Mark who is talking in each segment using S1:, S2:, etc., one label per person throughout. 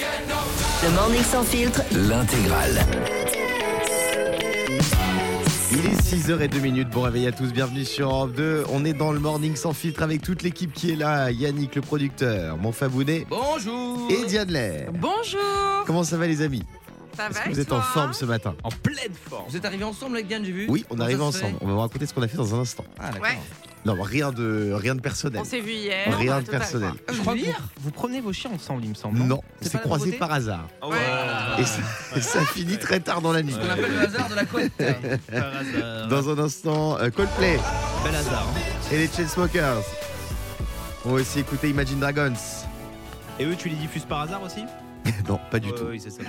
S1: Le morning sans filtre.
S2: L'intégrale.
S3: Il est 6h02 minutes. Bon réveil à tous, bienvenue sur Europe 2. On est dans le morning sans filtre avec toute l'équipe qui est là. Yannick le producteur, mon Fabounet
S4: Bonjour
S3: et Diane Lair.
S5: Bonjour,
S3: Comment ça va les amis
S5: ça
S3: Est-ce
S5: va
S3: que
S5: et
S3: vous êtes
S5: toi
S3: en forme ce matin
S4: En pleine forme Vous êtes arrivés ensemble avec Diane, j'ai vu
S3: Oui, on
S4: Comment
S3: arrive
S4: ça se fait
S3: ensemble. On va vous raconter ce qu'on a fait dans un instant.
S4: Ah d'accord.
S5: Ouais.
S3: Non, rien de, rien de personnel.
S5: On s'est vu hier.
S3: Rien de
S5: total,
S3: personnel.
S4: Ah,
S5: quoi.
S4: Je
S5: Je
S4: crois
S5: veux
S4: que vous,
S5: dire,
S4: vous promenez vos chiens ensemble, il me semble.
S3: Non,
S4: C'est
S3: c'est
S4: pas la
S3: croisé
S4: nouveauté
S3: par hasard.
S6: Ah
S5: ouais.
S3: Et ça, et ça finit très tard dans la nuit.
S4: Ce qu'on appelle le hasard de la couette.
S6: Par hasard.
S3: Dans un instant, euh, Coldplay
S6: Bel hasard. hein.
S3: et les Chainsmokers. On va aussi écouter Imagine Dragons.
S6: Et eux, tu les diffuses par hasard aussi
S3: Non, pas du tout.
S6: Oui, c'est ça.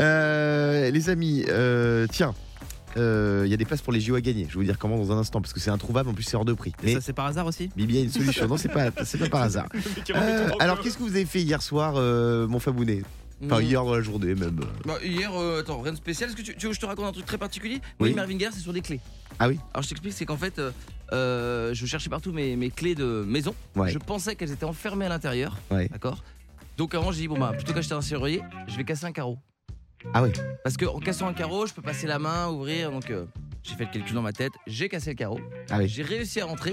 S3: Euh, les amis, euh, tiens. euh, Il y a des places pour les JO à gagner. Je vais vous dire comment dans un instant parce que c'est introuvable. En plus, c'est hors de prix.
S6: Et
S3: Mais
S6: ça, c'est par hasard aussi
S3: Bibi a une solution. Non, c'est pas, c'est pas par hasard. Euh, alors, qu'est-ce que vous avez fait hier soir, euh, mon Fabounet Enfin,
S4: Mm.
S3: hier dans la journée même.
S4: Bah, hier, euh, attends, rien de spécial. Est-ce que tu, tu veux que je te raconte un truc très particulier
S3: Oui.
S4: Oui, Marvin Gaye, c'est sur des clés.
S3: Ah oui
S4: Alors je t'explique, c'est qu'en fait, euh, euh, je cherchais partout mes, mes clés de maison.
S3: Ouais.
S4: Je pensais qu'elles étaient enfermées à l'intérieur.
S3: Ouais.
S4: D'accord Donc avant, j'ai dit, bon, bah, plutôt qu'acheter un serrurier, je vais casser un carreau.
S3: Ah ouais.
S4: Parce qu'en cassant un carreau, je peux passer la main, ouvrir. Donc euh, j'ai fait le calcul dans ma tête, j'ai cassé le carreau.
S3: Ah oui.
S4: J'ai réussi à rentrer.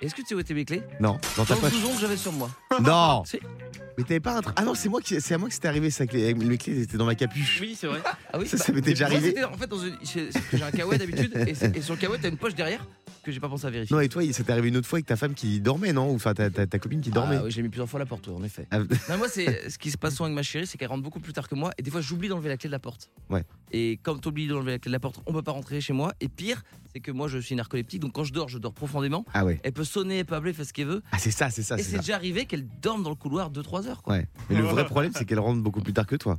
S4: Est-ce que tu sais où étaient mes clés
S3: Non, dans ta
S4: Dans le
S3: poche.
S4: blouson que j'avais sur moi.
S3: Non.
S4: Si.
S3: Mais t'avais pas un tra- Ah non, c'est moi qui, c'est à moi que c'était arrivé ça. Que les, les clés étaient dans ma capuche.
S6: Oui, c'est vrai.
S4: Ah oui
S3: Ça,
S4: bah,
S3: ça m'était déjà
S4: moi,
S3: arrivé.
S4: c'était En fait, dans une- j'ai j'ai un kawaii d'habitude et, c'est- et sur le kawaii, t'as une poche derrière que j'ai pas pensé à vérifier.
S3: Non, et toi, il s'était arrivé une autre fois avec ta femme qui dormait, non Ou enfin, ta, ta- ta copine qui dormait.
S4: Ah oui, j'ai mis plusieurs fois la porte, ouais, en effet.
S3: Ah,
S4: Non, moi, c'est ce qui se passe souvent avec ma chérie, c'est qu'elle rentre beaucoup plus tard que moi et des fois, j'oublie d'enlever la clé de la porte.
S3: Ouais.
S4: Et comme t'oublies d'enlever la clé de la porte, on peut pas rentrer chez moi. Et pire, c'est que moi, je suis narcoleptique, donc quand je dors, je dors profondément.
S3: Ah ouais.
S4: Elle peut sonner, elle peut appeler, faire ce qu'elle veut.
S3: Ah, c'est ça, c'est ça,
S4: et
S3: c'est
S4: c'est
S3: ça.
S4: déjà arrivé qu'elle dorme dans le couloir 2-3 heures. Quoi.
S3: Ouais. Mais le vrai problème, c'est qu'elle rentre beaucoup plus tard que toi.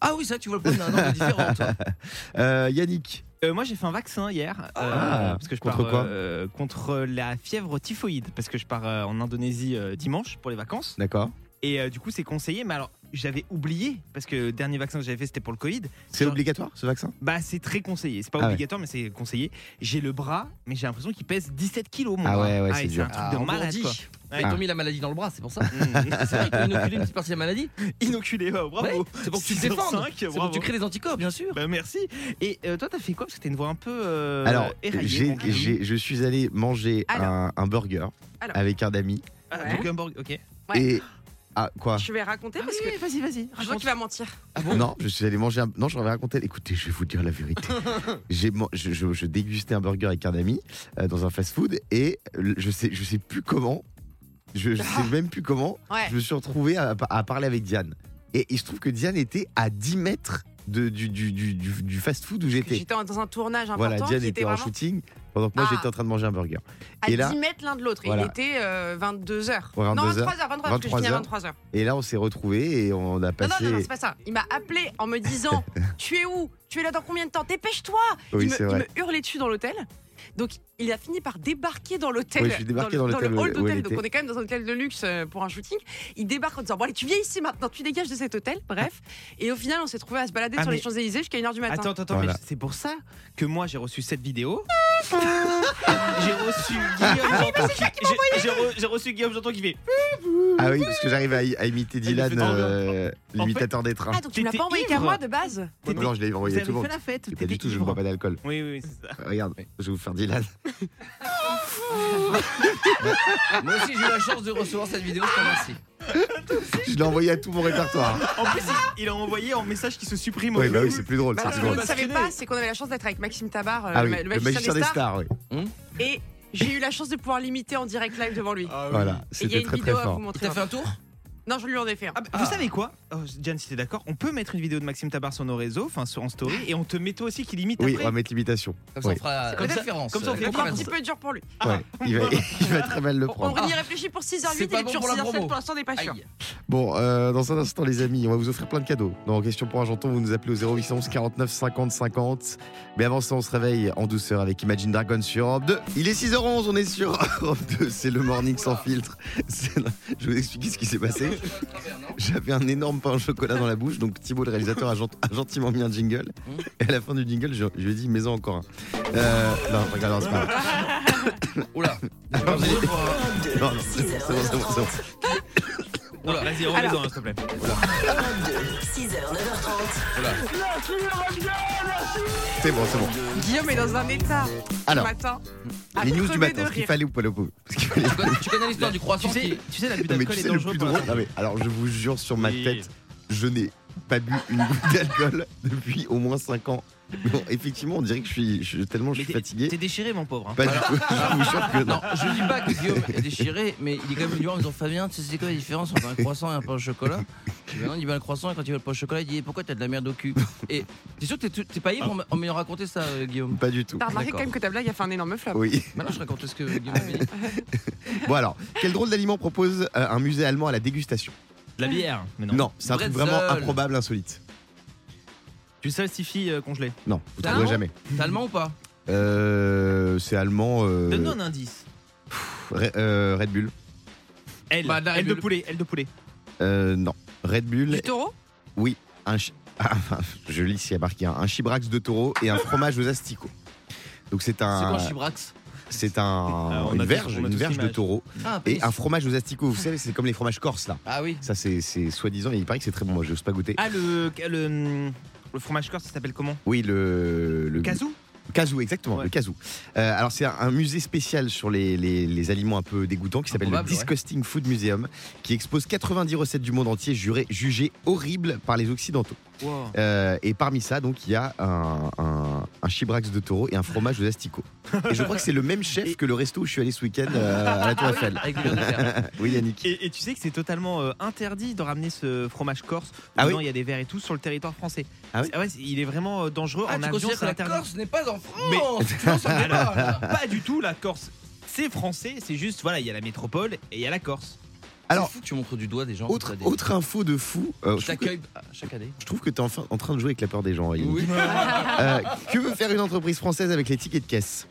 S4: Ah oui, ça, tu vois le problème d'un angle différent. Toi.
S3: Euh, Yannick.
S6: Euh, moi, j'ai fait un vaccin hier. euh,
S3: Ah.
S6: parce que je
S3: Contre
S6: pars,
S3: quoi
S6: euh, Contre la fièvre typhoïde. Parce que je pars euh, en Indonésie euh, dimanche pour les vacances.
S3: D'accord.
S6: Et euh, du coup, c'est conseillé. Mais alors, j'avais oublié. Parce que le dernier vaccin que j'avais fait, c'était pour le Covid.
S3: C'est
S6: Genre-
S3: obligatoire ce vaccin
S6: Bah, c'est très conseillé. C'est pas
S3: Ah ouais.
S6: obligatoire, mais c'est conseillé. J'ai le bras, mais j'ai l'impression qu'il pèse 17 kilos. Mon
S3: Ah
S6: bras.
S3: ouais, ouais, c'est
S6: et
S3: dur.
S6: un truc
S4: Ah,
S6: de malade,
S4: engourdi.
S6: quoi.
S4: Ils t'ont mis la maladie dans le bras, c'est pour ça.
S6: Mm.
S4: C'est vrai qu'ils t'ont inoculé une petite partie de la maladie.
S6: Inoculé, ouais, bravo.
S4: Ouais, c'est pour que tu te
S6: 6 heures
S4: défendes.
S6: cinq,
S4: C'est pour
S6: bravo.
S4: que tu crées des anticorps, bien sûr.
S6: Bah, merci. Et euh, toi, t'as fait quoi Parce que t'as une voix un peu. euh,
S3: Alors,
S6: éraillée,
S3: j'ai-
S6: mon gars.
S3: j'ai- je suis allé manger
S5: Alors.
S3: un, un burger
S5: Alors.
S3: avec un ami
S6: Ah,
S5: Ouais.
S6: donc un burger, ok.
S5: Ouais.
S3: et ah quoi
S5: Je vais raconter parce que
S6: vas-y, vas-y.
S5: je vois qu'il va mentir.
S3: Non, je suis allé manger un. Non, j'en avais raconté. Écoutez, je vais vous dire la vérité. J'ai man- je, je- je dégustais un burger avec un ami euh, dans un fast-food et le- je sais, je sais plus comment. Je, je
S5: Ah.
S3: sais même plus comment.
S5: Ouais.
S3: Je me suis retrouvé à, à parler avec Diane. Et il se trouve que Diane était à 10 mètres de, du, du, du- du- du fast-food où j'étais.
S5: J'étais en- dans un tournage important
S3: Voilà,
S5: qui
S3: Diane
S5: était,
S3: était en
S5: vraiment
S3: shooting pendant que moi
S5: Ah.
S3: j'étais en train de manger un burger.
S5: à
S3: et là-
S5: 10 mètres l'un de l'autre.
S3: Voilà.
S5: Il était 22h.
S3: Ouais,
S5: non,
S3: 22 heures.
S5: 23h, 23h, parce que je finis à 23h.
S3: Et là, on s'est retrouvés et on a
S5: Ah Non, non,
S3: passé.
S5: non, non, c'est pas ça. Il m'a appelé en me disant Tu es où Tu es là dans combien de temps Dépêche-toi
S3: oui,
S5: il, me,
S3: c'est
S5: il
S3: vrai.
S5: me hurlait dessus dans l'hôtel. Donc il a fini par débarquer dans l'hôtel.
S3: Oui, je suis débarqué
S5: le-
S3: dans l'hôtel
S5: le
S3: où-
S5: hall
S3: où
S5: d'hôtel.
S3: elle
S5: Donc
S3: était.
S5: on est quand même dans un hôtel de luxe euh, pour un shooting. Il débarque en disant Bon, allez, tu viens ici maintenant, tu dégages de cet hôtel. Bref. Et au final, on s'est trouvé à se balader
S6: Ah,
S5: sur les
S6: mais-
S5: Champs-Élysées jusqu'à 1h du matin.
S6: Attends, attends, attends,
S3: Voilà.
S6: mais c'est pour ça que moi j'ai reçu cette vidéo. j'ai reçu Guillaume Janton qui, j'ai- j'ai re- j'ai reçu Guillaume Janton qui fait.
S3: Ah oui, parce que j'arrive à, à imiter Dylan,
S6: fait trop bien.
S3: euh, l'imitateur des trains.
S5: Ah, donc tu me l'as
S6: T'étais
S5: pas envoyé qu'à
S6: ivre.
S5: moi de base
S6: T'étais-
S3: non, je l'ai
S6: Vous
S3: envoyé à
S6: avez
S3: tout le monde.
S6: fait la fête.
S3: Et Pas du
S6: t'étais
S3: tout, je ne
S6: ivre.
S3: bois pas d'alcool.
S6: Oui, oui, c'est ça.
S3: Regarde, je vais vous faire Dylan.
S4: Moi aussi, j'ai eu la chance de recevoir cette vidéo, je te remercie.
S3: Je l'ai envoyé à tout mon répertoire.
S6: En plus, il, il a envoyé en message qui se supprime.
S3: Oui, bah oui, c'est plus drôle.
S5: Bah,
S3: c'est
S5: alors,
S3: plus
S5: Ce que vous
S3: drôle.
S5: ne savez
S6: Passionné.
S5: pas, c'est qu'on avait la chance d'être avec Maxime Tabar, euh,
S3: Ah
S5: le,
S3: oui,
S5: ma- le
S3: le magicien des stars, oui.
S5: Et j'ai eu la chance de pouvoir l'imiter en direct live devant lui.
S3: Voilà,
S5: Ah Et il y a
S3: Ah, c'était
S5: une
S3: très très
S5: vidéo à
S3: fort.
S5: vous montrer.
S4: T'as fait un tour
S5: Non, je lui en ai fait hein. un.
S6: Ah bah, Vous savez quoi Oh, Jan, si t'es d'accord, on peut mettre une vidéo de Maxime Tabar sur nos réseaux, enfin sur en story, et on te met toi aussi qui limite
S3: Oui, ah, on
S6: après.
S3: va mettre l'imitation.
S4: Comme ça,
S3: Oui.
S4: on fera
S6: Comme
S4: la
S6: ça-
S4: différence.
S6: comme ça, on
S4: euh,
S6: fait
S4: la
S6: une
S5: Encore un
S4: comparaison.
S5: petit peu dur pour lui.
S3: Ouais, il va, il va très mal le
S5: On
S3: prendre.
S5: on y réfléchit pour 6h08,
S4: C'est
S5: il
S4: pas
S5: est
S4: bon
S5: toujours
S4: pour la
S5: 6h07,
S4: promo.
S5: pour l'instant on n'est pas sûr.
S4: Aïe.
S3: Bon, euh, dans un instant, les amis, on va vous offrir plein de cadeaux. Dans Question pour un janton, vous nous appelez au 0811 49 50 50. Mais avant ça, on se réveille en douceur avec Imagine Dragon sur Europe 2. Il est 6h11, on est sur Europe 2. C'est le morning sans filtre. C'est- Je vais vous expliquer ce qui s'est passé. J'avais un énorme pain au chocolat dans la bouche, donc Thibaut, le réalisateur, a, gent- a gentiment mis un jingle. Et à la fin du jingle, je, je lui ai dit, mets-en encore un. Euh, non, regarde, non, c'est pas grave.
S4: Oula. euh,
S3: Non, non, c'est bon, c'est bon, c'est bon, c'est bon.
S6: Oula, vas-y, remets-en, s'il te plaît.
S1: 6h, 9h30.
S3: C'est bon, c'est bon.
S5: Guillaume est dans un état
S3: Alors,
S5: ce matin. à
S3: Les news
S5: crever
S3: du matin,
S5: de
S3: ce qu'il
S5: rire.
S3: fallait ou pas le pauvre. Ce qu'il fallait.
S4: Tu connais- Tu connais l'histoire du croissant
S6: Tu sais,
S4: qui-
S6: tu sais l'abus
S3: Non, mais
S6: Ah, d'alcool
S3: tu
S6: est
S3: sais, le
S6: dangereux
S3: plus
S6: pour la
S3: drôle. Non,
S6: santé.
S3: mais alors, je vous jure, sur ma
S6: Oui.
S3: tête, je n'ai pas bu une goutte d'alcool depuis au moins 5 ans. Bon, effectivement, on dirait que je suis je- tellement je
S6: Mais
S3: suis fatigué.
S6: T'es déchiré, mon pauvre. hein.
S3: Pas du tout. Je vous jure que non.
S4: Non, je dis pas que Guillaume est déchiré, mais il est quand même venu voir en disant Fabien, tu sais c'est quoi la différence entre un croissant et un pain au chocolat Je dis, non, il dit bah, le croissant et quand il voit le pain au chocolat, il dit eh, pourquoi t'as de la merde au cul Et t'es sûr que t'es tout- t'es pas ivre en me- en m'ayant raconté ça, euh, Guillaume
S3: Pas du tout.
S5: T'as remarqué quand
S4: D'accord.
S5: même que ta blague a fait un énorme flop.
S3: Oui.
S4: Maintenant, je raconte ce que Guillaume a dit.
S3: Bon, alors, quel drôle d'aliment propose euh, un musée allemand à la dégustation
S6: De La bière. Mais non.
S3: Non, c'est un truc
S4: Bretzel.
S3: vraiment improbable, insolite.
S6: Tu sais, Stifi euh, congelé.
S3: Non, vous
S4: Ah
S3: trouverez
S4: non
S3: jamais.
S4: T'es allemand ou pas
S3: Euh, c'est allemand. euh,
S6: Donne-nous un indice.
S3: Re- euh, Red Bull.
S6: Elle.
S4: Bah, de la
S6: elle de
S4: Red Bull.
S6: poulet. Elle de poulet.
S3: Euh, non. Red Bull,
S5: Du taureau
S3: un chi- Ah, je lis s'il y a marqué un, un chibrax de taureau et un fromage aux asticots. Donc c'est
S4: C'est quoi
S3: un,
S4: un chibrax
S3: c'est un,
S6: Ah, on
S3: une
S6: a tous-
S3: verge,
S6: on a
S3: une
S6: tous
S3: verge de
S6: l'image.
S3: taureau
S4: ah,
S3: et
S4: pénis.
S3: un fromage aux asticots. Vous savez, c'est comme les fromages corses là.
S4: ah oui.
S3: Ça c'est, c'est soi-disant, et il paraît que c'est très bon. Moi, je n'ose pas goûter.
S6: Ah, le. Le, le fromage corse, ça s'appelle comment
S3: Oui, le le
S6: Kazou
S3: Kazou, exactement,
S6: Ouais.
S3: le kazoo. Euh, alors c'est un, un musée spécial sur les, les- les aliments un peu dégoûtants qui s'appelle le
S4: Improbable, ouais.
S3: Disgusting Food Museum, qui expose 90 recettes du monde entier jurées- jugées horribles par les occidentaux.
S6: Wow.
S3: Euh, et parmi ça, donc, il y a un, un, un chibrax de taureau et un fromage aux asticots. Et je crois que c'est le même chef que le resto où je suis allé ce week-end euh, à la Tour Eiffel.
S4: Avec le verre de terre.
S3: Oui, Yannick.
S6: Et, et tu sais que c'est totalement euh, interdit de ramener ce fromage corse. où
S3: Ah oui
S6: dedans, il y a des verres et tout sur le territoire français.
S3: Ah oui
S6: ouais, c'est- il est vraiment euh, dangereux.
S4: Ah,
S6: en
S4: tu
S6: avion,
S4: considères
S6: c'est
S4: que la
S6: interdit. Ah.
S4: Corse n'est pas en France
S6: Mais-
S4: Tu n'en savais pas, voilà.
S6: Pas du tout, la Corse. C'est français, c'est juste, voilà, il y a la métropole et il y a la Corse.
S3: Alors-
S4: C'est fou que tu montres du doigt des gens.
S3: Autre,
S4: t'as des-
S3: autre info de fou. euh,
S4: Je
S3: je, trouve que,
S4: t'accueille à chaque année.
S3: je trouve que t'es enfin en train de jouer avec la peur des gens. Yannick.
S4: Oui.
S3: Euh, que veut faire une entreprise française avec les tickets de caisse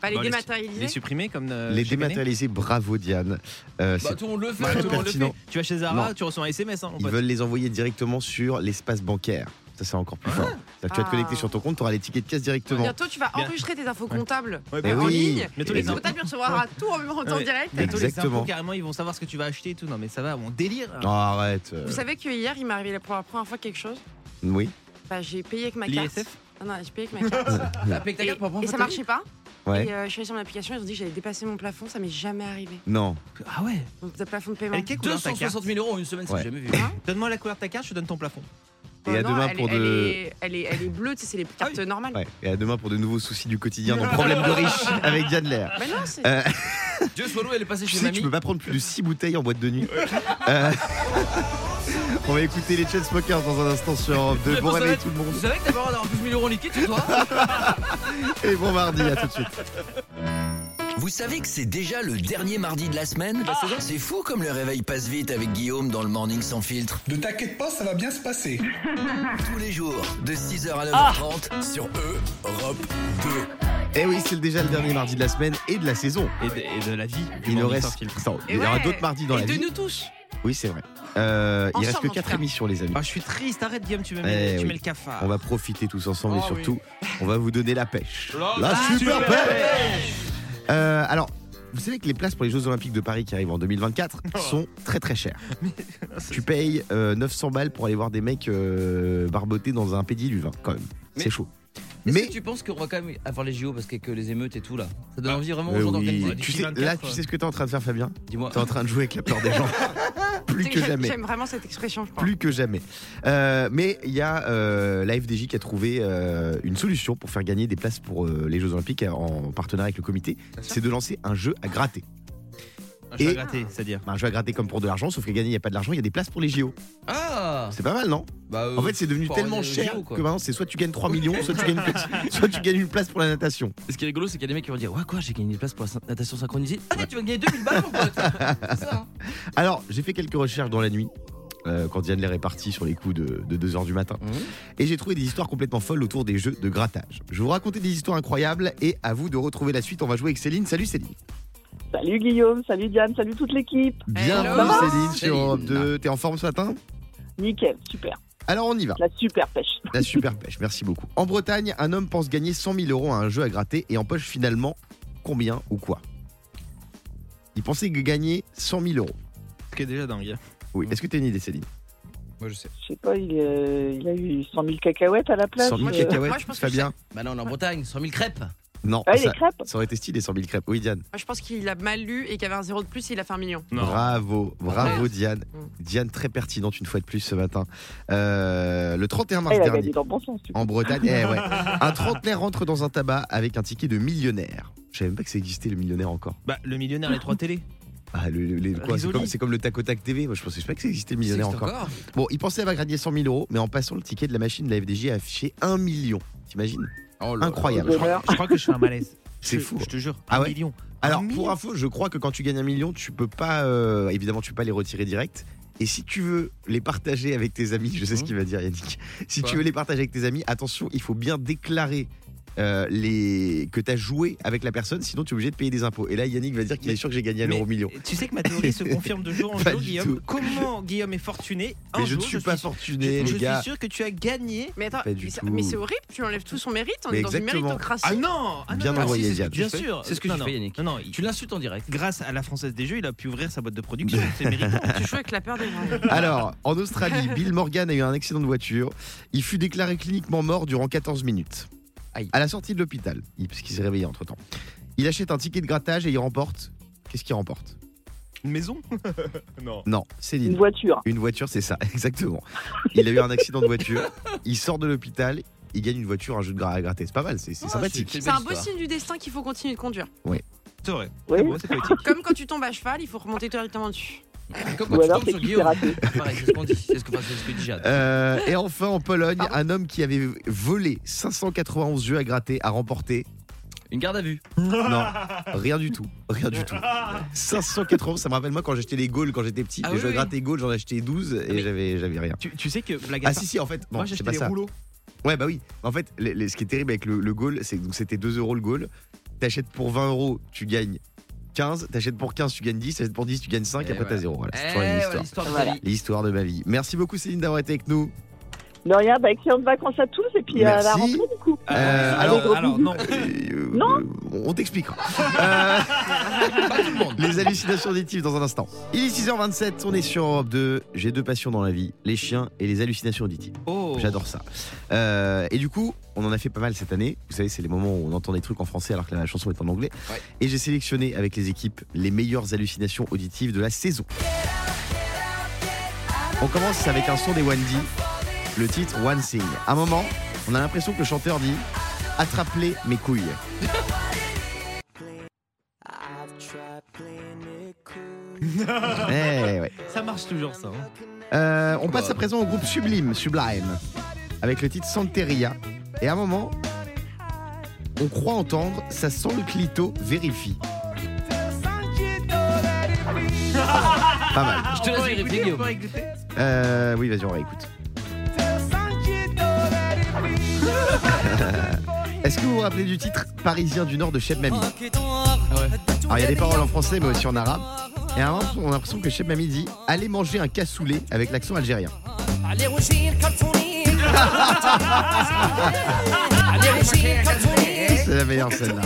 S5: Bah, les
S6: Bon, les- Les
S5: dématérialisés.
S6: supprimer comme. euh,
S3: Les
S6: chaque année.
S3: dématérialiser, bravo Diane. Euh, c'est-
S4: Bah, tout le monde le fait.
S3: Bah,
S6: Tout
S4: tout
S6: le
S4: le
S6: monde le
S3: pertinent.
S6: fait. Tu vas chez Zara,
S3: Non.
S6: tu reçois un SMS, hein, mon
S3: ils
S6: pote.
S3: veulent les envoyer directement sur l'espace bancaire. Ça, c'est encore plus fort. C'est-à-dire que Tu vas te
S5: Ah.
S3: connecter sur ton compte, tu auras les tickets de caisse directement.
S5: Bientôt, tu vas
S6: Bien.
S5: enregistrer tes infos comptables
S6: Ouais,
S3: Mais
S5: en
S3: Eh oui.
S5: ligne.
S6: Mais tous
S5: Et
S6: les
S5: ton
S6: impôts.
S5: comptable recevra tout en même temps en
S6: Ouais.
S5: direct.
S3: Mais-
S6: Bientôt, les
S3: Exactement.
S6: impôts, carrément, ils vont savoir ce que tu vas acheter et tout. Non, mais ça va, on délire.
S3: Oh, arrête. euh,
S5: Vous savez que hier, il m'est arrivé pour la première fois quelque chose
S3: Oui.
S5: Bah, j'ai payé avec ma carte.
S6: L'ISF
S5: Non, non, j'ai payé avec ma carte. Et, et ça marchait pas.
S3: Ouais.
S5: Et euh, je suis allée sur mon application, ils ont dit que j'avais dépassé mon plafond, ça m'est jamais arrivé.
S3: Non.
S6: Ah ouais
S5: Mon plafond de paiement.
S6: Elle est couleur ta carte
S4: 260 000 euros en une semaine,
S3: Ouais.
S4: c'est jamais vu.
S6: Donne-moi la couleur de ta carte, je te donne ton plafond.
S3: Et
S5: Oh
S3: à
S5: non,
S3: demain
S5: elle,
S3: pour
S5: est- elle
S3: de. Ah
S5: est, elle, est, elle est bleue, tu sais, c'est les cartes normales.
S3: Ouais, et à demain pour de nouveaux soucis du quotidien dans Problème de riche avec Diane Lair.
S5: Mais non, c'est.
S3: Euh,
S4: Dieu soit loué, elle est passée
S3: Tu
S4: chez
S3: sais que
S4: mamie.
S3: je peux pas prendre plus de 6 bouteilles en boîte de nuit. Euh, On va écouter les Chainsmokers dans un instant sur Europe 2.
S4: Je
S3: Bon
S4: pense
S3: réveil
S4: honnête.
S3: tout le monde
S4: Vous savez que t'as pas le droit d'avoir 12 000 euros en liquide chez toi
S3: et bon mardi, à tout de suite.
S2: Vous savez que c'est déjà le dernier mardi de la semaine C'est fou comme le réveil passe vite avec Guillaume dans le Morning sans filtre.
S7: Ne t'inquiète pas, ça va bien se passer.
S2: Tous les jours, de 6h à
S4: Ah.
S2: 9h30 sur E, Europe 2.
S3: Et Eh oui, c'est déjà le dernier mardi de la semaine et de la saison.
S5: Ah,
S6: Et de, et de la vie. du
S3: Ah Il ne
S6: Morning
S3: reste.
S6: Sans Filtre.
S3: Attends,
S5: Et
S3: il y aura
S5: ouais.
S3: d'autres mardis dans
S5: et
S3: la
S5: de
S3: vie.
S5: nous tous.
S3: Oui, c'est vrai. Euh, il
S5: Ensemble,
S3: reste que
S5: en tout
S3: 4
S5: cas.
S3: émissions, les amis.
S6: Ah, je suis triste, arrête, Guillaume, tu me
S3: Eh
S6: mets, tu
S3: oui.
S6: mets le cafard.
S3: On va profiter tous ensemble et
S5: Oh,
S3: surtout, on va vous donner la pêche.
S6: La
S3: super
S6: super
S3: pêche Euh, Alors, vous savez que les places pour les Jeux Olympiques de Paris qui arrivent en 2024 sont très très chères. tu payes euh, 900 balles pour aller voir des mecs euh, barboter dans un pédiluve, hein, quand même.
S4: Mais-
S3: C'est chaud.
S4: Est-ce
S3: Mais
S4: que tu penses qu'on va quand même avoir les JO parce que les émeutes et tout là Ça donne envie vraiment
S3: Euh,
S4: aux gens
S3: oui.
S4: d'organiser.
S3: tu
S6: d'ici
S3: sais, là,
S6: 24,
S3: tu
S6: ouais.
S3: sais ce que t'es en train de faire, Fabien
S4: euh. Dis-moi.
S3: T'es en train de jouer avec la peur des gens. Plus
S5: Tu sais
S3: que
S5: j'aime-
S3: jamais.
S5: J'aime vraiment cette expression, je crois.
S3: plus que jamais. Euh, mais il y a euh, la FDJ qui a trouvé euh, une solution pour faire gagner des places pour euh, les Jeux Olympiques en partenariat avec le comité. C'est de lancer un jeu à gratter.
S6: Ah, Je
S3: Et-
S6: vais gratter, c'est-à-dire.
S3: Un jeu à gratter comme pour de l'argent, sauf que gagner, il n'y a pas de l'argent, il y a des places pour les JO.
S4: Ah
S3: C'est pas mal, non
S4: bah, euh,
S3: En fait, c'est devenu
S4: pour
S3: tellement
S4: organiser les
S3: cher
S4: JO, quoi.
S3: que maintenant, c'est soit tu gagnes 3 millions, soit tu gagnes, une- soit tu gagnes une place pour la natation.
S4: Ce qui est rigolo, c'est qu'il y a des mecs qui vont dire Ouais, quoi, j'ai gagné des places pour la natation synchronisée. Ah, mais tu vas gagner 2000 balles, mon pote C'est ça, hein.
S3: Alors, j'ai fait quelques recherches dans la nuit. euh, quand Diane Lair est partie sur les coups de, 2h du matin.
S4: Mhm.
S3: Et j'ai trouvé des histoires complètement folles autour des jeux de grattage. Je vais vous raconter des histoires incroyables et à vous de retrouver la suite. On va jouer avec Céline. Salut Céline.
S8: Salut Guillaume, salut Diane, salut toute l'équipe.
S5: Ça
S3: Bienvenue
S5: va
S3: Céline
S4: Céline.
S3: sur Europe 2. T'es en forme ce matin
S8: Nickel, super.
S3: Alors on y va.
S8: La super pêche.
S3: La super pêche, merci beaucoup. En Bretagne, un homme pense gagner 100 000 euros à un jeu à gratter et empoche finalement combien ou quoi Il pensait gagner 100 000 euros.
S6: Ce qui est déjà dingue.
S3: Oui. Est-ce que t'as une idée, Céline
S6: Moi, je sais.
S8: Je sais pas, il, euh, il a eu 100 000 cacahuètes à la plage.
S3: 100 000
S8: euh.
S5: Bah, moi,
S3: cacahuètes,
S5: je pense que
S3: Fabien
S4: Bah non, on est en Bretagne, 100 000 crêpes.
S3: Non,
S8: Ah, les
S3: ça,
S8: crêpes
S3: ça aurait été stylé, 100 000 crêpes. Oui, Diane.
S5: Moi, je pense qu'il a mal lu et qu'il y avait un zéro de plus, il a fait un million.
S6: Non.
S3: Bravo, bravo
S5: Bref.
S3: Diane.
S5: Mm.
S3: Diane, très pertinente une fois de plus ce matin. Euh, le 31
S8: Ah,
S3: mars
S8: Il a
S3: dernier,
S8: gagné dans le bon sens. tu vois.
S3: en Bretagne, eh ouais, un trentenaire rentre dans un tabac avec un ticket de millionnaire. Je savais même pas que ça existait le millionnaire encore.
S6: Bah, le millionnaire, les trois télés.
S3: Ah, le- le- les- quoi, c'est
S6: Risoli.
S3: comme, c'est comme le tac au tac TV. Moi, je pensais pas que ça existait le millionnaire
S4: Ça existe
S3: encore. Bon, il pensait avoir gagné 100 000 euros, mais en passant le ticket de la machine, la FDJ a affiché 1 million. T'imagines
S4: Oh là là.
S3: Incroyable.
S6: Je crois, je crois que je fais un malaise.
S3: C'est
S6: Je-
S3: fou.
S6: Je te jure.
S3: Ah
S6: un
S3: ouais
S6: million.
S3: Alors,
S6: Un million
S3: pour info, je crois que quand tu gagnes un million, tu peux pas. euh, évidemment, tu peux pas les retirer direct. Et si tu veux les partager avec tes amis, je sais ce
S6: Mmh.
S4: Mhm.
S3: qu'il va dire, Yannick. Si
S4: Quoi
S3: tu veux les partager avec tes amis, attention, il faut bien déclarer. euh, les... que tu as joué avec la personne, sinon tu es obligé de payer des impôts. Et là, Yannick va dire qu'il
S6: Mais-
S3: est sûr que j'ai gagné à
S6: mais-
S3: l'euro million.
S6: Tu sais que ma théorie se confirme de jour en
S3: Pas
S6: jour,
S3: du
S6: Guillaume.
S3: tout.
S6: Comment Guillaume est fortuné un
S3: Mais je ne
S6: jour,
S3: suis pas fortuné,
S6: je,
S3: les gars.
S6: suis sûr que tu as gagné.
S5: Mais attends,
S3: Pas du
S5: mais ça-
S3: tout.
S5: mais c'est horrible, tu enlèves tout son mérite, on
S3: Mais
S5: est dans une
S3: exactement.
S5: méritocratie.
S6: Ah non ah non,
S3: Bien
S6: non, non,
S3: envoyé,
S6: si, c'est ce que
S3: Yann.
S6: tu Bien
S4: fais.
S6: sûr.
S4: C'est ce que
S6: Non,
S4: tu
S6: non.
S4: fais, Yannick.
S6: Non, non, il-
S4: Tu l'insultes en direct.
S6: grâce à la Française des Jeux, il a pu ouvrir sa boîte de production. C'est méritant.
S5: Tu joues avec la peur des gens.
S3: Alors, en Australie, Bill Morgan a eu un accident de voiture. Il fut déclaré cliniquement mort durant 14 minutes.
S4: Aïe.
S3: À la sortie de l'hôpital, il- puisqu'il s'est réveillé entre temps. Il achète un ticket de grattage et il remporte. Qu'est-ce qu'il remporte
S6: Une maison Non.
S3: Non,
S8: Une
S3: Céline.
S8: voiture.
S3: Une voiture, c'est ça, exactement. Il a eu un accident de voiture. Il sort de l'hôpital. Il gagne une voiture, un jeu de gra- à gratter. C'est pas mal, c'est c'est
S8: Oh,
S4: Ah,
S3: sympathique.
S4: c'est-
S5: C'est un beau
S4: Belle histoire.
S5: signe du destin qu'il faut continuer de conduire.
S6: C'est vrai.
S8: Oui.
S6: C'est beau, c'est poétique.
S5: Comme quand tu tombes à cheval, il faut remonter directement dessus.
S4: Comme quand
S8: Ou
S4: tu
S8: alors
S4: tombes
S8: c'est
S4: sur
S8: qui s'est
S4: Guillaume.
S8: raté.
S4: Pareil, c'est ce qu'on dit. C'est ce que c'est ce que dit Jade.
S3: Euh, et enfin, en Pologne, un homme qui avait volé 591 jeux à gratter a remporté
S4: Une garde à vue.
S3: Non, rien du tout, rien du tout. 580, ça me rappelle moi quand j'achetais les Gaules quand j'étais petit.
S4: Ah
S3: les
S4: oui,
S3: jeux à
S4: oui. Ah,
S3: gratter Gaules, j'en achetais 12 et
S6: mais-
S3: j'avais, j'avais rien.
S6: Tu, tu sais que blague à
S3: Ah
S6: part,
S3: si si en fait non
S6: moi
S3: c'est
S6: j'achetais
S3: pas
S6: les
S3: ça.
S6: rouleaux.
S3: Ouais bah oui en fait les- les- ce qui est terrible avec le, le Gaule c'est que donc c'était 2 euros le Gaule t'achètes pour 20 euros tu gagnes 15 t'achètes pour 15 tu gagnes 10 t'achètes pour 10 tu gagnes 5
S4: Et
S3: après
S4: voilà.
S3: t'as 0 voilà c'est
S4: Eh,
S3: toujours la même
S4: voilà
S3: histoire
S4: l'histoire de
S8: Voilà.
S4: la vie.
S3: l'histoire de ma vie merci beaucoup Céline d'avoir été avec nous
S8: De rien, bah, excellente vacances à tous et puis euh, à la
S3: Merci.
S8: rentrée du coup.
S4: Ah,
S3: Euh,
S8: Allez,
S3: alors-
S8: gros
S6: alors
S8: bisous.
S6: non.
S3: Euh,
S8: Non.
S3: euh, on t'expliquera Euh,
S4: Pas tout le monde.
S3: Les hallucinations auditives dans un instant. Il est 6h27, on est sur Europe 2. J'ai deux passions dans la vie, les chiens et les hallucinations auditives.
S6: Oh.
S3: J'adore ça. Euh, et du coup, on en a fait pas mal cette année. Vous savez, c'est les moments où on entend des trucs en français alors que la chanson est en anglais.
S4: Ouais.
S3: Et j'ai sélectionné avec les équipes les meilleures hallucinations auditives de la saison. On commence avec un son des One D, le titre One Thing. À un moment, on a l'impression que le chanteur dit Attrape-les mes couilles. Eh ouais.
S6: Ça marche toujours ça. hein.
S3: Euh, on passe à présent au groupe Sublime, Sublime, avec le titre Santeria. Et à un moment, on croit entendre, ça sent le clito, vérifie. Pas mal.
S4: Je te laisse
S5: Oh,
S6: pourrait
S4: vérifier,
S6: écouter,
S4: Guillaume.
S6: on pourrait écouter.
S3: Euh, oui, vas-y, on réécoute. Est-ce que vous vous rappelez du titre Parisien du Nord de Cheb Mami Alors, il y a des paroles en français, mais aussi en arabe. Et à un moment, on a l'impression que Cheb Mami dit Allez manger un cassoulet avec l'accent algérien. C'est la meilleure celle-là.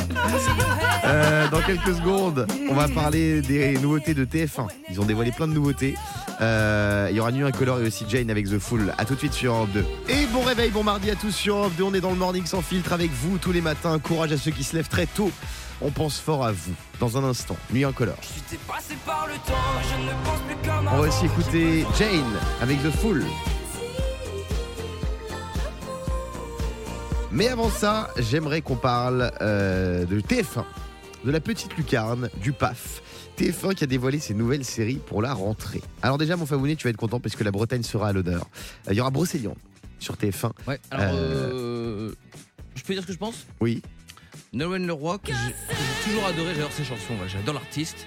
S3: Euh, dans quelques secondes, on va parler des nouveautés de TF1. Ils ont dévoilé plein de nouveautés. Euh, Il y aura Nu Incolore et aussi Jane avec The Fool. À tout de suite sur Europe 2. Et bon réveil, bon mardi à tous sur Europe 2. On est dans le morning sans filtre avec vous tous les matins. Courage à ceux qui se lèvent très tôt. On pense fort à vous. Dans un instant, Nuit Incolore. On va aussi écouter Jane avec The Fool. Mais avant ça, j'aimerais qu'on parle euh, de TF1, de la petite lucarne, du PAF. TF1 qui a dévoilé ses nouvelles séries pour la rentrée. Alors déjà, mon Fabounet, tu vas être content parce que la Bretagne sera à l'honneur. Euh, Il y aura Brocéliande sur TF1.
S4: Ouais, alors, euh, je peux dire ce que je pense
S3: Oui.
S4: Nolwenn Leroy, que j'ai que j'ai toujours adoré, j'adore ses chansons, ouais, j'adore l'artiste.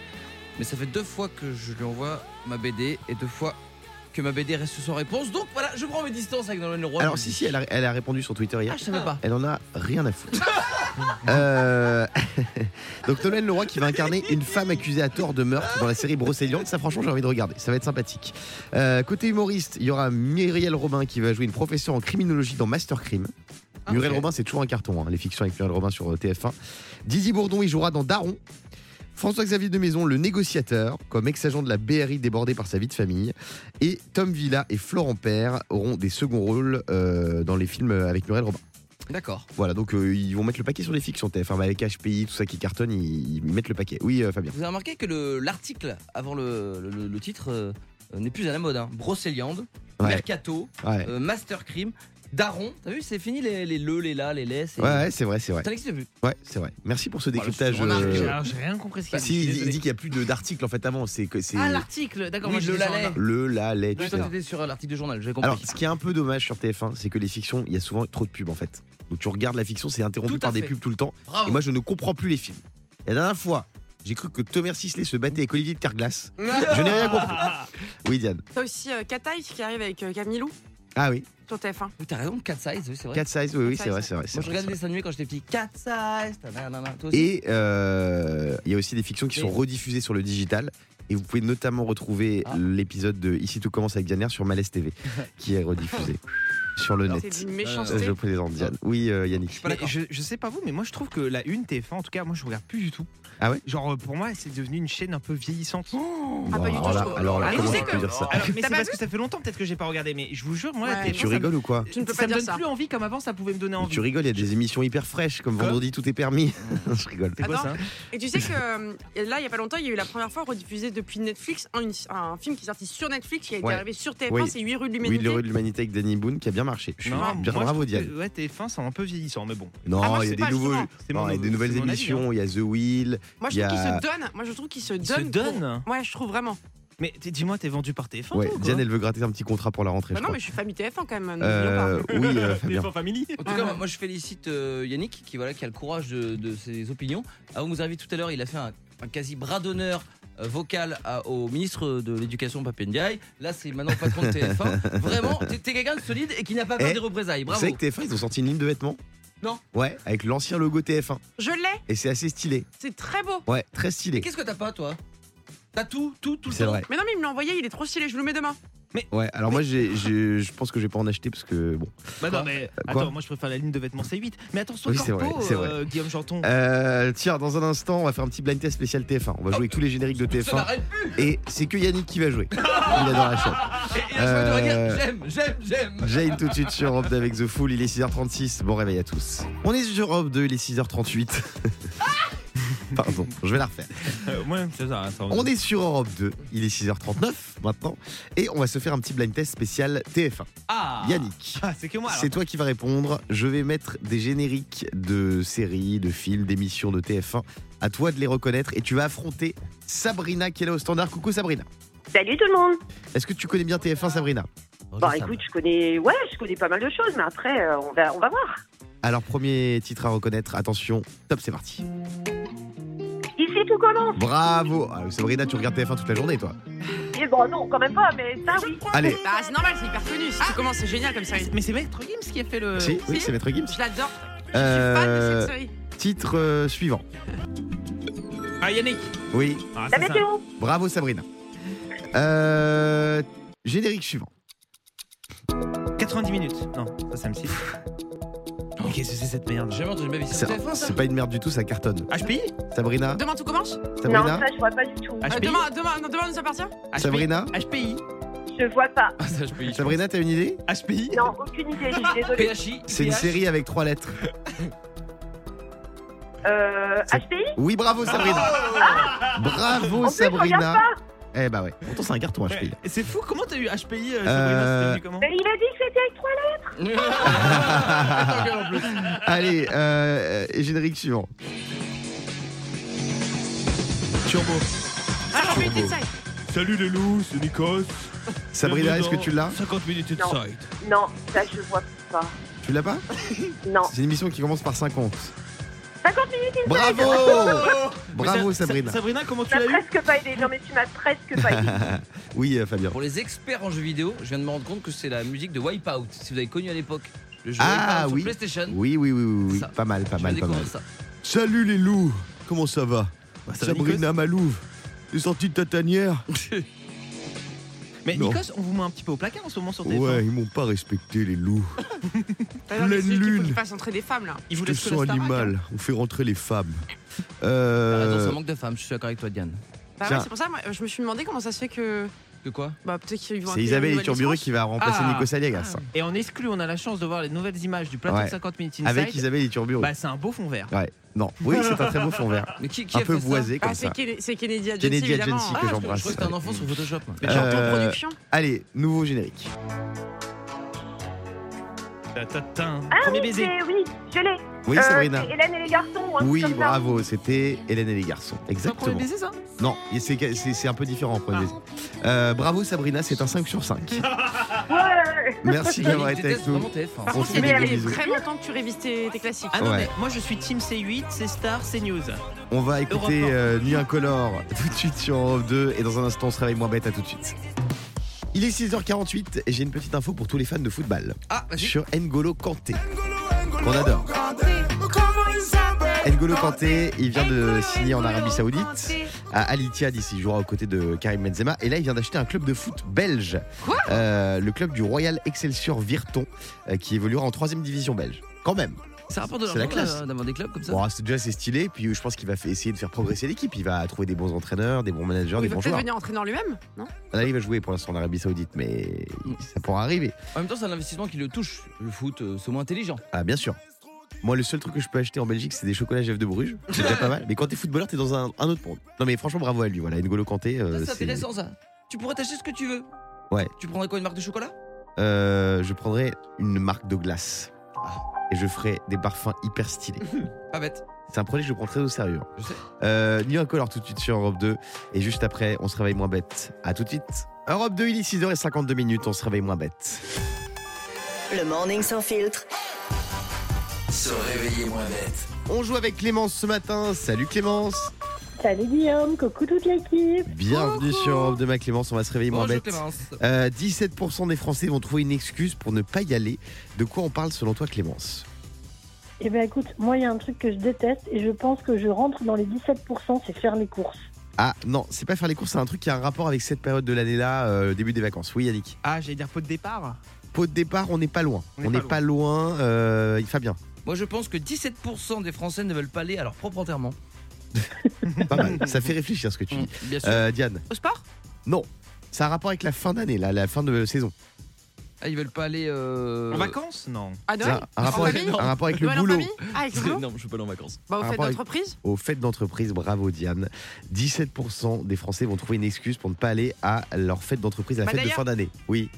S4: Mais ça fait deux fois que je lui envoie ma BD et deux fois que ma BD reste sans réponse. Donc voilà, je prends mes distances avec Nolwenn Leroy.
S3: Alors si, si, elle a, elle a répondu sur Twitter hier.
S4: Ah, je savais pas.
S3: Elle en a rien à foutre. Euh, Donc Nolwenn Leroy qui va incarner une femme accusée à tort de meurtre dans la série Brocéliande. Ça franchement j'ai envie de regarder, ça va être sympathique. Euh, côté humoriste, il y aura Muriel Robin qui va jouer une professeure en criminologie dans Master Crime. Muriel
S4: Ah, ok.
S3: Robin c'est toujours un carton, hein, les fictions avec Muriel Robin sur euh, TF1. Dizzy Bourdon il jouera dans Daron. François-Xavier de Maison, le négociateur, comme ex-agent de la BRI débordé par sa vie de famille. Et Tom Villa et Florent Père auront des seconds rôles euh, dans les films avec Muriel Robin.
S4: Ah, D'accord.
S3: Voilà, donc euh, ils vont mettre le paquet sur les fictions TF1. mais Avec HPI, tout ça qui cartonne, ils, ils mettent le paquet. Oui, euh, Fabien.
S4: Vous avez remarqué que le- l'article avant le, le- le- le titre euh, euh, n'est plus à la mode. Hein. Brocéliande,
S3: Ouais.
S4: Mercato,
S3: Ouais,
S4: euh, Master Crime, Daron. T'as vu, c'est fini les, les le, les la, les les. c'est-
S3: ouais, ouais, c'est vrai, c'est vrai.
S4: Ça n'existe plus.
S3: Ouais, c'est vrai. Merci pour ce
S4: Voilà,
S3: décryptage.
S4: je remarque,
S3: euh,
S4: j'ai-
S6: Alors, j'ai rien compris ce qu'il a
S3: si,
S6: dit.
S3: il, il
S6: désolé.
S3: dit qu'il n'y a plus de- d'articles en fait avant. C'est que c'est
S6: Ah, l'article, d'accord,
S4: Oui,
S6: moi je
S4: le
S6: disais
S4: lalet.
S6: en un.
S3: le la lait,
S4: Ouais,
S3: etc.
S4: toi, t'étais sur euh, l'article du journal, j'ai compris.
S3: Alors, ce qui est un peu dommage sur TF1, c'est que les fictions, il y a souvent trop de pubs en fait. Donc tu regardes la fiction, c'est interrompu
S6: Tout à
S3: par des
S6: fait.
S3: pubs tout le temps.
S4: Bravo.
S3: Et moi, je ne comprends plus les films. La dernière fois, j'ai cru que Thomas Sisley se battait avec Olivier de Carglass. Je n'ai rien compris.
S4: Ah,
S3: Oui, Diane.
S5: T'as aussi euh, Kataï qui arrive avec euh, Camilou
S3: Ah oui,
S5: sur TF1.
S4: Oui, T'as raison, Cat Size, oui, c'est vrai.
S3: 4 size, oui, oui, c'est
S5: Cat
S3: vrai,
S5: Size.
S3: c'est vrai. c'est
S4: Moi, je
S3: vrai,
S4: regardais des dessins animés quand j'étais petit. Cat Size, ta nanana, toi aussi.
S3: Et euh, il y a aussi des fictions qui sont
S4: Oui.
S3: rediffusées sur le digital. Et vous pouvez notamment retrouver
S4: Ah.
S3: l'épisode de Ici tout commence avec Diane Herre sur Malaise TV, qui est rediffusé sur le net.
S5: C'est d'une
S3: Euh,
S5: méchanceté.
S3: Je présente Diane. Oui, euh, Yannick.
S4: pas
S6: Mais
S4: d'accord.
S6: je, je sais pas vous, mais moi je trouve que la une TF1, en tout cas, moi je regarde plus du tout.
S3: Ah ouais
S6: Genre euh, pour moi, c'est devenu une chaîne un peu vieillissante.
S5: Ah, pas du
S3: alors
S5: tout,
S3: là,
S5: je-
S3: alors là,
S5: Ah,
S3: comment
S5: tu sais
S3: tu peux
S5: que-
S3: dire ça
S6: Alors, mais
S5: T'as
S6: c'est
S5: pas
S6: parce
S5: vu
S6: que ça fait longtemps peut-être que j'ai pas regardé, mais je vous jure, moi,
S5: Ouais,
S6: la
S5: mais
S6: TF1,
S3: Tu
S6: ça
S3: rigoles ou quoi
S6: me-
S5: Tu ne peux
S6: ça
S5: pas
S6: me
S5: dire
S6: donne
S5: ça.
S6: plus envie comme avant, ça pouvait me donner envie.
S3: Tu rigoles, il y a des émissions hyper fraîches comme
S6: Quoi
S3: Vendredi tout est permis. Je rigole.
S6: C'est quoi
S5: Attends.
S6: ça
S5: Et tu sais que euh, là, il n'y a pas longtemps, il y a eu la première fois rediffusée depuis Netflix un, une- un film qui est sorti sur Netflix, qui a été
S3: Ouais.
S5: arrivé sur TF1,
S3: Oui.
S5: c'est 8 rues de
S3: Oui,
S5: l'humanité.
S3: le rue de l'humanité avec Danny Boone qui a bien marché. Je suis
S6: Non,
S3: bien
S6: moi,
S3: bravo
S6: je trouve
S3: Diane.
S6: que, Ouais, TF1, c'est un peu vieillissant, mais bon.
S5: Ah,
S3: Non,
S5: moi,
S3: il y a
S5: c'est
S3: des
S5: pas
S3: nouveaux,
S5: justement.
S6: C'est
S3: non,
S6: mon-
S3: il y a des
S6: c'est
S3: nouvelles
S6: mon avis, hein.
S3: émissions. Il y a The Wheel.
S5: Moi, je
S3: Il y
S5: trouve qu'il
S3: a-
S5: se donne. Moi, je trouve qu'il se
S6: Il se
S5: donne.
S6: donne.
S5: pour- Ouais, je trouve vraiment.
S6: Mais t- dis-moi, t'es vendu par TF1
S3: Ouais,
S6: toi, ou quoi
S3: Diane, elle veut gratter un petit contrat pour la rentrée.
S5: Bah
S3: je
S5: non,
S3: crois.
S5: mais je suis famille TF1 quand même.
S3: Euh,
S6: hein.
S5: n'oublions
S3: oui, euh, Fabien.
S6: TF1 Family.
S4: En tout cas, moi, moi, je félicite euh, Yannick qui voilà qui a le courage de, de ses opinions. Avant que vous arriviez tout à l'heure, il a fait un, un quasi bras d'honneur euh, vocal à- au ministre de l'Éducation Pape Ndiaye. Là, c'est maintenant patron de TF1. Vraiment, t'es t'es quelqu'un de solide et qui n'a pas peur
S3: Eh,
S4: des représailles.
S3: Vous
S4: Bravo.
S3: savez que TF1, ils ont sorti une ligne de vêtements
S4: Non.
S3: Ouais, avec l'ancien logo TF1.
S5: pas. Je l'ai.
S3: Et c'est assez stylé.
S5: C'est très beau.
S3: Ouais, très
S4: Mais
S3: stylé.
S4: Qu'est-ce que t'as pas, toi T'as tout, tout, tout le
S3: C'est
S4: temps.
S3: vrai.
S5: Mais non, mais il me l'a envoyé. Il est trop stylé. Je vous le mets demain.
S3: Ouais, alors moi, j'ai- j'ai- je pense que je vais pas en acheter parce que bon.
S6: Bah non, mais
S3: quoi
S6: attends, moi je préfère la ligne de vêtements C8. Mais attends, sois
S3: Oui, c'est
S6: corpo,
S3: vrai, c'est vrai.
S6: euh, Guillaume Janton.
S3: Euh, tiens, dans un instant, on va faire un petit blind test spécial TF1. On va jouer avec tous les génériques de
S4: Ah, Ça
S3: TF1.
S4: n'arrête plus.
S3: Et c'est que Yannick qui va jouer. Il est dans la chambre.
S4: Et là, je me
S3: Euh,
S4: regarde, J'aime, j'aime, j'aime.
S3: Jane tout de suite sur Europe 2 avec The Fool, il est 6h36, bon réveil à tous. On est sur Europe 2, il est 6h38. Pardon, je vais la refaire.
S6: Euh, ouais, c'est ça. ça,
S3: On est sur Europe 2, il est 6h39 maintenant, et on va se faire un petit blind test spécial TF1.
S6: Ah
S3: Yannick,
S6: Ah, c'est que moi. alors.
S3: c'est toi qui vas répondre, je vais mettre des génériques de séries, de films, d'émissions de TF1, à toi de les reconnaître, et tu vas affronter Sabrina qui est là au standard. Coucou Sabrina,
S8: Salut tout le monde.
S3: est-ce que tu connais bien TF1 Sabrina
S8: Bon, écoute, je connais, ouais, je connais pas mal de choses, mais après, euh, on va, on va voir.
S3: Alors premier titre à reconnaître, attention, top c'est parti.
S8: Ici, tout commence.
S3: Bravo Ah, Sabrina, tu regardes TF1 toute la journée, toi.
S8: Et bon, Eh ben, non, quand même pas, mais ça, oui.
S3: Allez,
S5: Bah, c'est normal. C'est hyper connu. Si
S8: Ah.
S5: tu commences, c'est génial comme série.
S6: Mais c'est Maître Gims qui a fait le.
S3: si, oui, c'est Maître Gims.
S5: Je l'adore. Je suis fan de
S3: Euh,
S5: cette série.
S3: titre euh, suivant.
S6: Ah, Yannick.
S3: Oui,
S6: Ah,
S8: La
S6: ça, ça.
S8: météo.
S3: bravo Sabrina. Euh, générique suivant.
S6: 90 minutes. Non, ça, ça me siffle. Mais Qu'est-ce que c'est cette merde
S4: J'ai jamais entendu ma vie.
S3: C'est
S4: C'est TF1, ça
S3: c'est pas une merde du tout, ça cartonne.
S6: HPI
S3: Sabrina,
S5: Demain, tout commence.
S8: Non,
S3: Sabrina,
S8: ça, je vois pas du tout.
S5: Euh,
S6: HPI
S5: demain, demain, non, demain, nous appartient.
S3: Oh. Sabrina,
S6: HPI
S8: Je vois pas.
S4: Ah, ça, je peux y-
S3: Sabrina, t'as une idée
S6: HPI
S8: Non, aucune idée, je suis désolée.
S4: PHI.
S3: C'est une
S4: PH.
S3: série avec trois lettres.
S8: Euh,
S3: C'est-
S8: HPI
S3: Oui, bravo Sabrina. Bravo
S8: En plus, je regarde
S3: Sabrina.
S8: pas.
S3: Eh bah ouais, pourtant c'est un carton HPI.
S6: Et C'est fou, comment t'as eu HPI, euh,
S3: Euh,
S6: Sabrina C'était venu comment
S8: Mais il a dit que c'était avec trois lettres.
S4: Attends, regarde en plus.
S3: Allez, euh, euh, générique suivant.
S6: Turbo.
S5: Ah, j'en peux une
S3: Turbo.
S5: petite série.
S6: Salut les loups, c'est Nikos.
S3: Sabrina, est-ce que tu l'as
S6: 50 minutes
S8: Non.
S6: inside.
S8: Non, ça, je vois pas.
S3: Tu l'as pas
S8: Non.
S3: C'est une émission qui commence par 50.
S8: 50 minutes, il
S3: Bravo
S6: Mais
S3: Bravo
S6: Sa- Sa-
S3: Sabrina.
S6: Sabrina, comment tu
S8: m'as
S6: l'as eu
S8: presque pas aidé. Non, mais tu m'as presque pas aidé.
S3: Oui euh, Fabien.
S4: Pour les experts en jeux vidéo, je viens de me rendre compte que c'est la musique de Wipeout. Si vous avez connu à l'époque le jeu
S3: Ah,
S4: Wipeout
S3: oui.
S4: sur PlayStation,
S3: Oui, oui, oui, oui, oui.
S4: Ça.
S3: pas mal, pas
S4: je
S3: mal,
S4: vais
S3: pas mal.
S4: découvrir ça.
S3: Salut les loups Comment ça va
S6: Bah, ça va, Sabrina
S3: Malouve, t'es sortie de ta tanière
S6: Mais
S3: Non.
S6: Nikos, on vous met un petit peu au placard en ce moment sur téléphone.
S3: Ouais, ils m'ont pas respecté, les loups.
S5: D'ailleurs,
S3: Pleine
S5: Bah, c'est celui qui
S3: lune.
S5: peut le faire entrer des femmes là.
S6: Ils vous
S3: Je
S6: laissent que la
S3: sens
S6: Starac, hein.
S3: animal. On fait rentrer les femmes.
S4: Bah, Attends,
S3: Euh,
S4: ça manque de femmes, je suis d'accord avec toi, Diane.
S5: Bah ouais,
S3: Tiens.
S5: c'est pour ça, moi, je me suis demandé comment ça se fait que.
S4: De quoi
S5: Bah peut-être qu'ils vont.
S3: c'est
S5: intégrer
S3: Isabelle
S5: Nouvelle
S3: Turburu
S5: Espérance.
S3: qui va remplacer
S6: Ah.
S3: Nico Saliagas.
S6: Et en exclu, on a la chance de voir les nouvelles images du plateau
S3: Ouais.
S6: de 50 Minutes Inside.
S3: Avec Isabelle Turburu.
S6: Bah, c'est un beau fond vert.
S3: Ouais. Non, oui, c'est un très beau fond vert.
S4: Mais qui, qui
S3: Un
S4: a
S3: peu
S4: fait ça
S3: boisé
S5: Ah,
S3: comme
S5: c'est
S3: ça.
S5: Kennedy- c'est Kennedy
S3: Kennedy
S5: Agency, évidemment.
S3: Agency.
S5: hein.
S4: Ah,
S3: que
S4: je crois-
S3: j'embrasse.
S4: je crois que c'était un enfant sur Photoshop. moi.
S6: Mais
S5: J'entends
S3: Euh,
S5: production.
S3: Allez, nouveau générique.
S6: Euh, Tatatin. Premier baiser.
S8: C'est- Eh Oui, je l'ai.
S3: Oui,
S8: Euh,
S3: Sabrina.
S8: c'est Hélène et les garçons. ou un truc
S3: Oui,
S8: comme ça.
S3: bravo, c'était Hélène et les garçons.
S6: C'est un premier
S3: Exactement.
S6: baiser, ça
S4: hein
S3: Non, et c'est c'est- c'est un peu différent. pour les- Euh, bravo Sabrina, c'est un 5 sur 5.
S8: Ouais.
S3: Merci d'avoir
S4: Il
S3: été avec
S4: déteste
S3: nous.
S4: vraiment hein. TF1.
S5: Par
S3: on
S5: contre,
S3: fait
S5: il y
S3: des
S5: avait
S3: bisous.
S5: vraiment longtemps que tu révises tes, tes classiques.
S6: Ah non,
S3: Ouais.
S6: mais moi je suis Team C8, C Star, C News.
S3: On va écouter
S6: Europe un.
S3: euh, Nuit Incolore tout de suite sur Europe 2 et dans un instant on se réveille moins bête à tout de suite. Il est 6h48 et j'ai une petite info pour tous les fans de football
S4: Ah, vas-y.
S3: sur N'Golo Kanté. Qu'on adore. N'Golo Kanté, il vient de signer en Arabie Saoudite à Al Ittihad ici, il jouera aux côtés de Karim Benzema et là il vient d'acheter un club de foot belge.
S5: Quoi
S3: Euh, le club du Royal Excelsior Virton euh, qui évoluera en 3 division belge. Quand même.
S4: Ça rapporte de
S3: C'est la
S4: l'argent
S3: classe.
S4: euh, d'avoir des clubs comme ça.
S3: Bon, c'est déjà assez stylé, puis je pense qu'il va fa- essayer de faire progresser l'équipe. Il va trouver des bons entraîneurs, des bons managers,
S5: Il
S3: des
S5: va
S3: bons
S5: peut-être
S3: joueurs.
S5: devenir entraîneur lui-même, non
S3: Là, il va jouer pour l'instant en Arabie Saoudite, mais
S4: Mm.
S3: ça pourra arriver.
S4: En même temps, c'est un investissement qui le touche. Le foot, euh, c'est moins intelligent.
S3: Ah, bien sûr. Moi, le seul truc que je peux acheter en Belgique, c'est des chocolats Jeff de Bruges. C'est déjà pas mal. Mais quand t'es footballeur, t'es dans un, un autre monde. Non, mais franchement, bravo à lui. Voilà, N'Golo Kanté. euh,
S4: Ça, c'est
S3: c'est-
S4: intéressant ça. Tu pourrais t'acheter ce que tu veux.
S3: Ouais.
S4: Tu prendrais quoi une marque de chocolat
S3: Euh, je prendrais une marque de glace.
S4: Ah.
S3: Et je ferai des parfums hyper stylés.
S4: Pas bête.
S3: C'est un projet que je prends très au sérieux.
S4: Je sais.
S3: Euh, Nuit Incolore tout de suite sur Europe 2. Et juste après, on se réveille moins bête. À tout de suite. Europe 2, il est 6h52 minutes. On se réveille moins bête.
S1: Le morning sans filtre.
S2: Se réveiller moins bête.
S3: On joue avec Clémence ce matin. Salut Clémence.
S8: Salut Guillaume, coucou toute l'équipe.
S3: Bienvenue sur Europe 2, ma Clémence. On va se réveiller moins
S4: Bonjour
S3: bête.
S4: Clémence.
S3: Euh, 17% des Français vont trouver une excuse pour ne pas y aller. De quoi on parle selon toi, Clémence
S9: Eh bien écoute, moi il y a un truc que je déteste et je pense que je rentre dans les 17%, c'est faire les courses.
S3: Ah non, c'est pas faire les courses, c'est un truc qui a un rapport avec cette période de l'année-là, euh, début des vacances. Oui, Yannick.
S6: Ah, j'allais dire pot de départ.
S3: Pot de départ, on n'est pas loin. On n'est pas loin. euh, il Fabien,
S4: Moi, je pense que 17% des Français ne veulent pas aller à leur propre enterrement.
S3: pas mal. Ça fait réfléchir ce que tu dis.
S4: Mmh, bien sûr.
S3: Euh, Diane,
S5: Au sport
S3: non. Ça a un rapport avec la fin d'année, là, la fin de saison.
S4: Ah, ils veulent pas aller. euh,
S6: En vacances Non.
S5: À
S3: Ça
S5: Noël
S3: a un rapport
S5: En
S3: avec,
S5: famille
S3: un rapport avec le
S5: Noël en
S3: boulot.
S5: famille Ah, avec le boulot
S4: Non, je suis pas aller en vacances.
S5: Bah, au
S3: Un
S5: fait
S3: rapport avec-
S5: d'entreprise
S3: Aux fêtes d'entreprise, bravo Diane. 17% des Français vont trouver une excuse pour ne pas aller à leur fête d'entreprise, la
S5: Bah,
S3: fête de
S5: d'ailleurs-
S3: fin d'année. Oui,